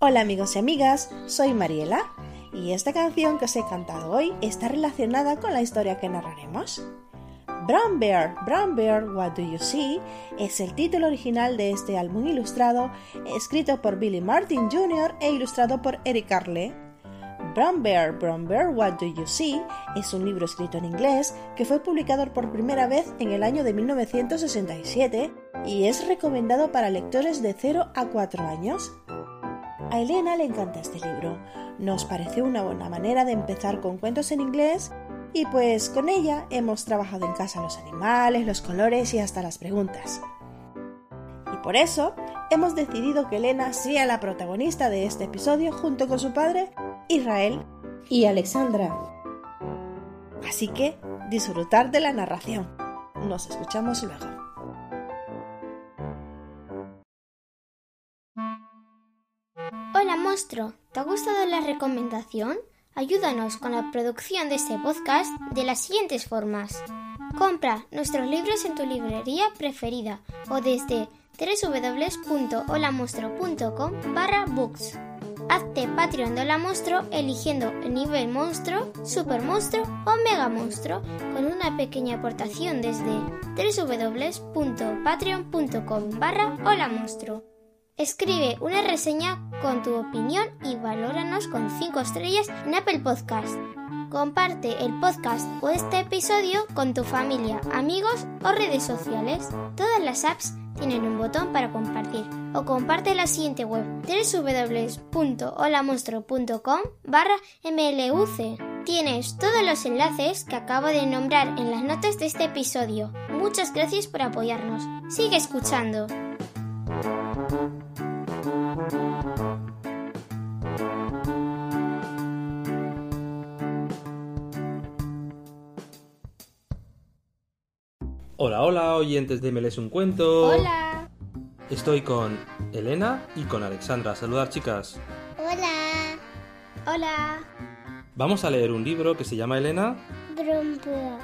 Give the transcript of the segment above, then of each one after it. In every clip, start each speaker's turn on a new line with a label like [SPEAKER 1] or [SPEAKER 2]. [SPEAKER 1] Hola amigos y amigas, soy Mariela y esta canción que os he cantado hoy está relacionada con la historia que narraremos. Brown Bear, Brown Bear, What Do You See es el título original de este álbum ilustrado, escrito por Billy Martin Jr. e ilustrado por Eric Carle. Brown Bear, Brown Bear, What Do You See es un libro escrito en inglés que fue publicado por primera vez en el año de 1967 y es recomendado para lectores de 0 a 4 años. A Elena le encanta este libro. Nos pareció una buena manera de empezar con cuentos en inglés y pues con ella hemos trabajado en casa los animales, los colores y hasta las preguntas. Y por eso hemos decidido que Elena sea la protagonista de este episodio junto con su padre, Israel y Alexandra. Así que disfrutar de la narración. Nos escuchamos luego.
[SPEAKER 2] Hola, monstruo. ¿Te ha gustado la recomendación? Ayúdanos con la producción de este podcast de las siguientes formas. Compra nuestros libros en tu librería preferida o desde www.holamonstruo.com barra books. Hazte Patreon de Hola Monstruo eligiendo el nivel monstruo, super monstruo o mega monstruo con una pequeña aportación desde www.patreon.com barra Hola Monstruo. Escribe una reseña con tu opinión y valóranos con 5 estrellas en Apple Podcast. Comparte el podcast o este episodio con tu familia, amigos o redes sociales. Todas las apps tienen un botón para compartir o comparte la siguiente web www.holamonstruo.com barra mluc. Tienes todos los enlaces que acabo de nombrar en las notas de este episodio. Muchas gracias por apoyarnos. Sigue escuchando.
[SPEAKER 3] Hola, hola, oyentes de Meles un cuento.
[SPEAKER 2] Hola.
[SPEAKER 3] Estoy con Elena y con Alexandra. Saludar, chicas.
[SPEAKER 2] Hola. Hola.
[SPEAKER 3] Vamos a leer un libro que se llama Elena
[SPEAKER 2] Brombear.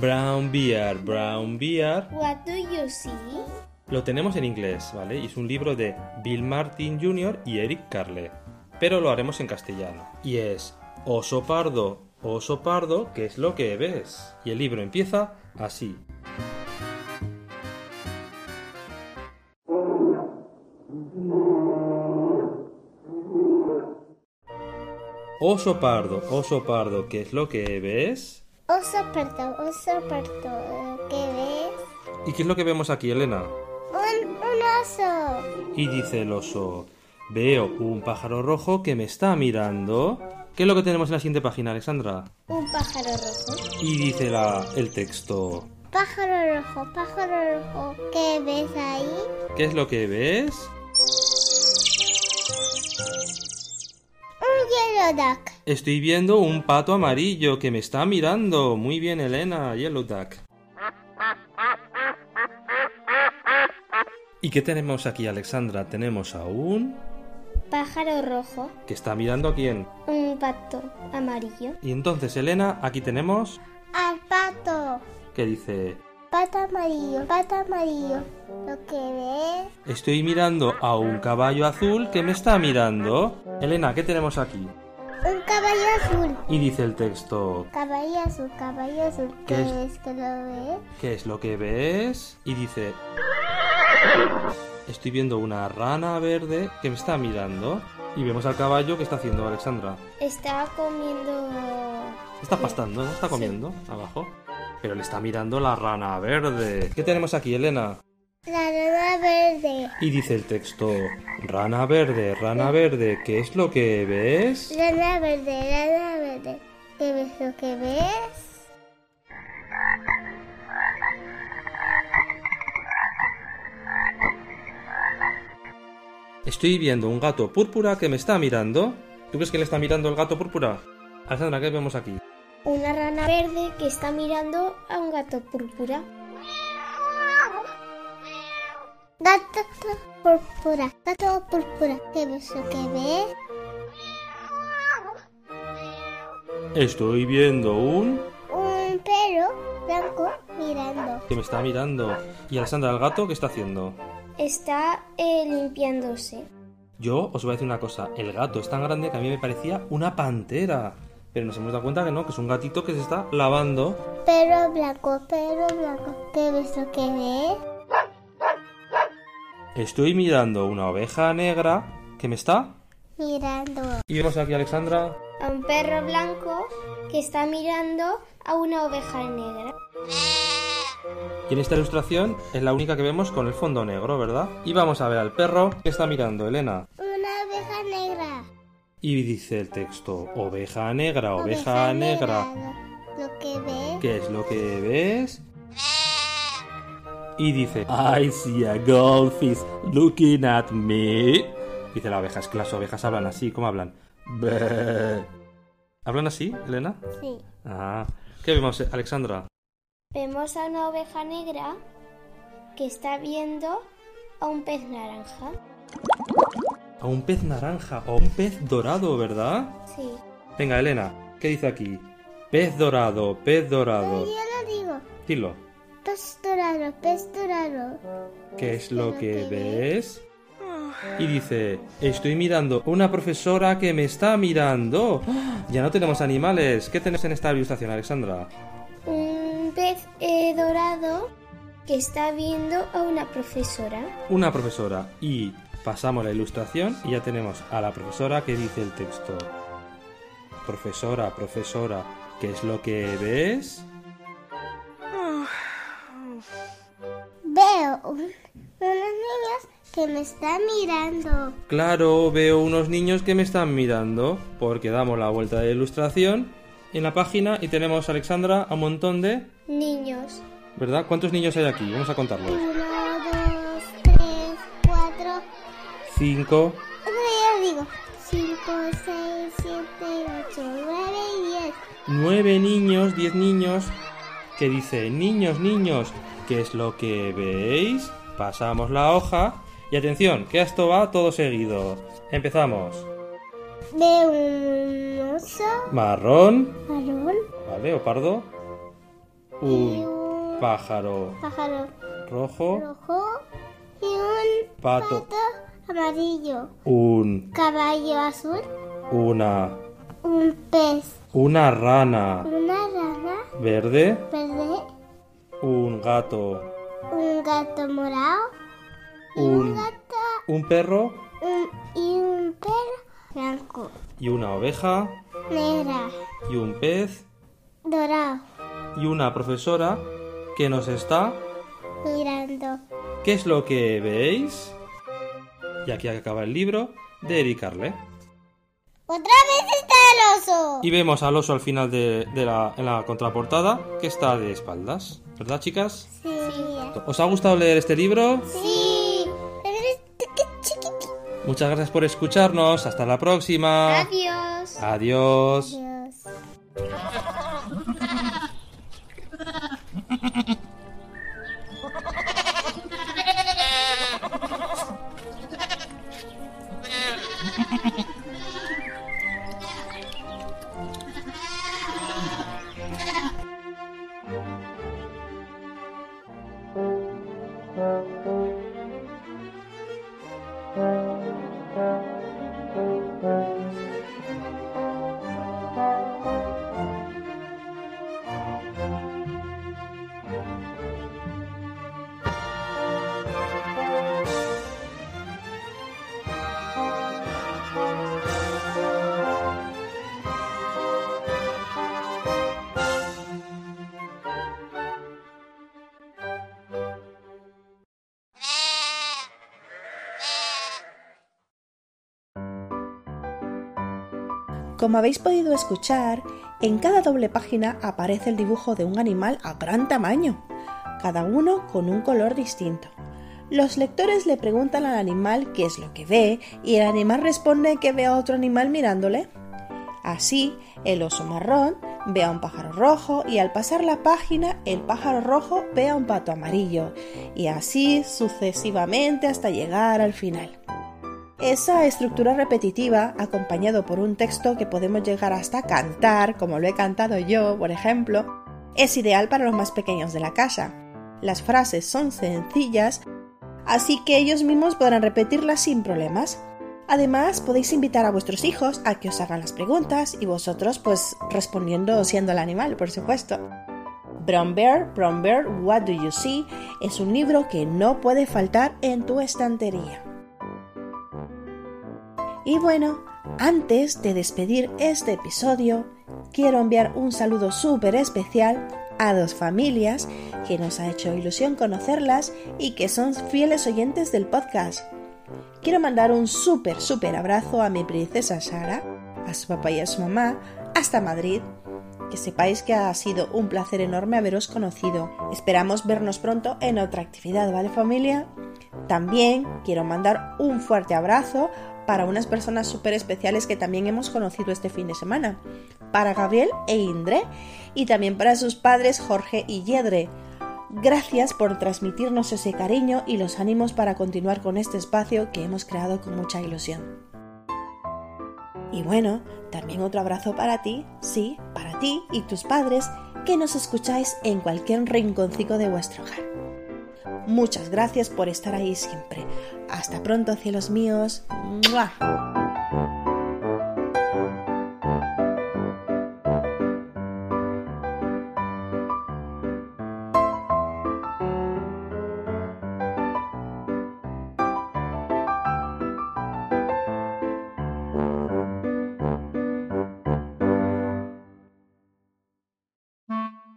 [SPEAKER 3] Brown Bear, Brown Bear.
[SPEAKER 2] What do you see?
[SPEAKER 3] Lo tenemos en inglés, ¿vale? Y es un libro de Bill Martin Jr. y Eric Carle. Pero lo haremos en castellano. Y es Oso Pardo, Oso Pardo, ¿qué es lo que ves? Y el libro empieza así. Oso pardo, oso pardo, ¿qué es lo que ves?
[SPEAKER 4] Oso perdón, oso perdón, ¿qué ves?
[SPEAKER 3] ¿Y qué es lo que vemos aquí, Elena?
[SPEAKER 4] Un, un oso.
[SPEAKER 3] Y dice el oso, veo un pájaro rojo que me está mirando. ¿Qué es lo que tenemos en la siguiente página, Alexandra?
[SPEAKER 4] Un pájaro rojo.
[SPEAKER 3] Y dice la, el texto,
[SPEAKER 4] Pájaro rojo, pájaro rojo, ¿qué ves ahí?
[SPEAKER 3] ¿qué es lo que ves?
[SPEAKER 4] Un yellow duck.
[SPEAKER 3] Estoy viendo un pato amarillo que me está mirando. Muy bien, Elena, Yellow Duck. ¿Y qué tenemos aquí, Alexandra? Tenemos a un...
[SPEAKER 2] Pájaro rojo,
[SPEAKER 3] que está mirando a quién.
[SPEAKER 2] un pato amarillo,
[SPEAKER 3] Y entonces, Elena, aquí tenemos...
[SPEAKER 4] Al pato.
[SPEAKER 3] que dice...
[SPEAKER 4] Pato amarillo, pato amarillo. ¿Lo que ves?
[SPEAKER 3] Estoy mirando a un caballo azul que me está mirando. Elena, ¿qué tenemos aquí?
[SPEAKER 4] Un caballo azul.
[SPEAKER 3] Y dice el texto,
[SPEAKER 4] Caballo azul, caballo azul.
[SPEAKER 3] ¿Qué
[SPEAKER 4] ¿Qué,
[SPEAKER 3] es?
[SPEAKER 4] es que lo ve?
[SPEAKER 3] ¿qué es lo que ves? Y dice, estoy viendo una rana verde que me está mirando. Y vemos al caballo que está haciendo Alexandra.
[SPEAKER 2] Está comiendo
[SPEAKER 3] Está pastando, ¿no? Está comiendo abajo. Pero le está mirando la rana verde. ¿Qué tenemos aquí, Elena?
[SPEAKER 4] La rana verde.
[SPEAKER 3] Y dice el texto, rana verde, rana verde, ¿qué es lo que ves?
[SPEAKER 4] Rana verde, rana verde. ¿Qué ves lo que ves?
[SPEAKER 3] Estoy viendo un gato púrpura que me está mirando. ¿Tú crees que le está mirando el gato púrpura? Alexandra, ¿qué vemos aquí?
[SPEAKER 2] una rana verde que está mirando a un gato púrpura.
[SPEAKER 4] Gato púrpura, gato púrpura. ¿Qué ves lo que ves?
[SPEAKER 3] Estoy viendo un...
[SPEAKER 4] Un perro blanco mirando.
[SPEAKER 3] que me está mirando. Y Alexandra, el gato, ¿qué está haciendo?
[SPEAKER 2] Está eh, limpiándose.
[SPEAKER 3] Yo os voy a decir una cosa, el gato es tan grande que a mí me parecía una pantera. Pero nos hemos dado cuenta que no, que es un gatito que se está lavando
[SPEAKER 4] Perro blanco, perro blanco. ¿Qué ves lo que ves?
[SPEAKER 3] Estoy mirando una oveja negra que me está.
[SPEAKER 4] Mirando.
[SPEAKER 3] Y vemos aquí a Alexandra.
[SPEAKER 2] A un perro blanco que está mirando a una oveja negra.
[SPEAKER 3] Y en esta ilustración es la única que vemos con el fondo negro, ¿verdad? Y vamos a ver al perro que está mirando, Elena.
[SPEAKER 4] Una oveja negra.
[SPEAKER 3] Y dice el texto, oveja negra, oveja, negra,
[SPEAKER 4] Lo que ves.
[SPEAKER 3] ¿qué es lo que ves? Y dice, I see a goldfish looking at me. Dice la oveja, es que las ovejas hablan así, ¿cómo hablan? Brrr. ¿Hablan así, Elena?
[SPEAKER 4] Sí.
[SPEAKER 3] Ah, ¿qué vemos, Alexandra?
[SPEAKER 2] Vemos a una oveja negra que está viendo a un pez naranja.
[SPEAKER 3] A un pez naranja o un pez dorado, ¿verdad?
[SPEAKER 2] Sí.
[SPEAKER 3] Venga, Elena, ¿qué dice aquí? Pez dorado, pez dorado.
[SPEAKER 4] Yo lo digo.
[SPEAKER 3] Dilo.
[SPEAKER 4] Pez dorado, pez dorado.
[SPEAKER 3] ¿Qué es lo que ves? Y dice, estoy mirando una profesora que me está mirando. ¡Ah! Ya no tenemos animales. ¿Qué tenemos en esta ilustración, Alexandra?
[SPEAKER 2] Un pez eh, dorado que está viendo a una profesora.
[SPEAKER 3] Una profesora. Y pasamos la ilustración y ya tenemos a la profesora que dice el texto. Profesora, profesora, ¿qué es lo que ves?
[SPEAKER 4] Veo un- unos niños que me están mirando.
[SPEAKER 3] Claro, veo unos niños que me están mirando, porque damos la vuelta de ilustración en la página y tenemos, Alexandra, a un montón de...
[SPEAKER 2] Niños.
[SPEAKER 3] ¿Verdad? ¿Cuántos niños hay aquí? Vamos a contarlos.
[SPEAKER 4] Uno, dos, tres, cuatro.
[SPEAKER 3] Cinco.
[SPEAKER 4] Eso ya lo digo. Cinco, seis, siete, ocho, nueve y diez.
[SPEAKER 3] Nueve niños, diez niños, que dice, niños, niños, ¿qué es lo que veis? Pasamos la hoja y atención, que esto va todo seguido. Empezamos.
[SPEAKER 4] Veo un oso
[SPEAKER 3] Marrón,
[SPEAKER 4] marrón
[SPEAKER 3] ¿vale? O pardo.
[SPEAKER 4] y
[SPEAKER 3] Un
[SPEAKER 4] un
[SPEAKER 3] pájaro
[SPEAKER 4] pájaro
[SPEAKER 3] rojo.
[SPEAKER 4] rojo y un
[SPEAKER 3] Pato.
[SPEAKER 4] pato amarillo.
[SPEAKER 3] Un,
[SPEAKER 4] Caballo azul,
[SPEAKER 3] una,
[SPEAKER 4] un pez,
[SPEAKER 3] una rana
[SPEAKER 4] una rana
[SPEAKER 3] verde.
[SPEAKER 4] verde,
[SPEAKER 3] Un gato.
[SPEAKER 4] un gato morado,
[SPEAKER 3] Un,
[SPEAKER 4] gato,
[SPEAKER 3] un perro.
[SPEAKER 4] un- y un perro blanco,
[SPEAKER 3] Y una oveja.
[SPEAKER 4] negra,
[SPEAKER 3] Y un pez.
[SPEAKER 4] dorado,
[SPEAKER 3] y una profesora que nos está.
[SPEAKER 4] mirando.
[SPEAKER 3] ¿Qué es lo que veis? Y aquí acaba el libro de Eric Carle.
[SPEAKER 4] ¡Otra vez está el oso!
[SPEAKER 3] Y vemos al oso al final de, de la, en la contraportada que está de espaldas. ¿Verdad, chicas?
[SPEAKER 4] Sí.
[SPEAKER 3] ¿Os ha gustado leer este libro?
[SPEAKER 4] Sí. Pero es chiqui- chiquitito.
[SPEAKER 3] Muchas gracias por escucharnos. Hasta la próxima.
[SPEAKER 2] Adiós.
[SPEAKER 3] Adiós.
[SPEAKER 4] Dios.
[SPEAKER 1] Como habéis podido escuchar, en cada doble página aparece el dibujo de un animal a gran tamaño, cada uno con un color distinto. Los lectores le preguntan al animal qué es lo que ve y el animal responde que ve a otro animal mirándole. Así, el oso marrón ve a un pájaro rojo y al pasar la página el pájaro rojo ve a un pato amarillo y así sucesivamente hasta llegar al final. Esa estructura repetitiva, acompañado por un texto que podemos llegar hasta cantar, como lo he cantado yo, por ejemplo, es ideal para los más pequeños de la casa. Las frases son sencillas, así que ellos mismos podrán repetirlas sin problemas. Además, podéis invitar a vuestros hijos a que os hagan las preguntas y vosotros, pues, respondiendo siendo el animal, por supuesto. Brown Bear, Brown Bear, What Do You See? es un libro que no puede faltar en tu estantería. Y bueno, antes de despedir este episodio, quiero enviar un saludo súper especial a dos familias que nos ha hecho ilusión conocerlas y que son fieles oyentes del podcast. Quiero mandar un súper, súper abrazo a mi princesa Sara, a su papá y a su mamá, hasta Madrid. Que sepáis que ha sido un placer enorme haberos conocido. Esperamos vernos pronto en otra actividad, ¿vale familia? También quiero mandar un fuerte abrazo para unas personas súper especiales que también hemos conocido este fin de semana, para Gabriel e Indre y también para sus padres Jorge y Yedre. Gracias por transmitirnos ese cariño y los ánimos para continuar con este espacio que hemos creado con mucha ilusión. Y bueno, también otro abrazo para ti, sí, para ti y tus padres que nos escucháis en cualquier rinconcito de vuestro hogar. Muchas gracias por estar ahí siempre. Hasta pronto, cielos míos. ¡Mua!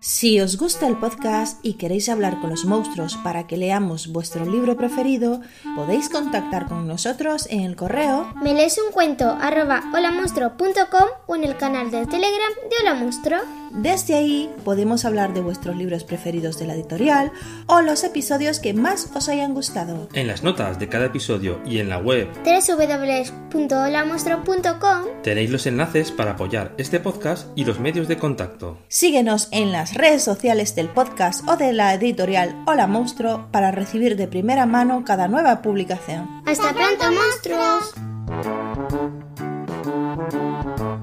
[SPEAKER 1] Si os gusta el podcast y queréis hablar con los monstruos para que leamos vuestro libro preferido, podéis contactar con nosotros en el correo
[SPEAKER 2] Me lees un cuento arroba holamonstruo.com o en el canal de Telegram de Hola Monstruo.
[SPEAKER 1] Desde ahí podemos hablar de vuestros libros preferidos de la editorial o los episodios que más os hayan gustado.
[SPEAKER 3] En las notas de cada episodio y en la web
[SPEAKER 2] www.holamonstruo.com
[SPEAKER 3] tenéis los enlaces para apoyar este podcast y los medios de contacto.
[SPEAKER 1] Síguenos en las redes sociales del podcast o de la editorial Hola Monstruo para recibir de primera mano cada nueva publicación.
[SPEAKER 2] ¡Hasta pronto, monstruos!
[SPEAKER 4] monstruos!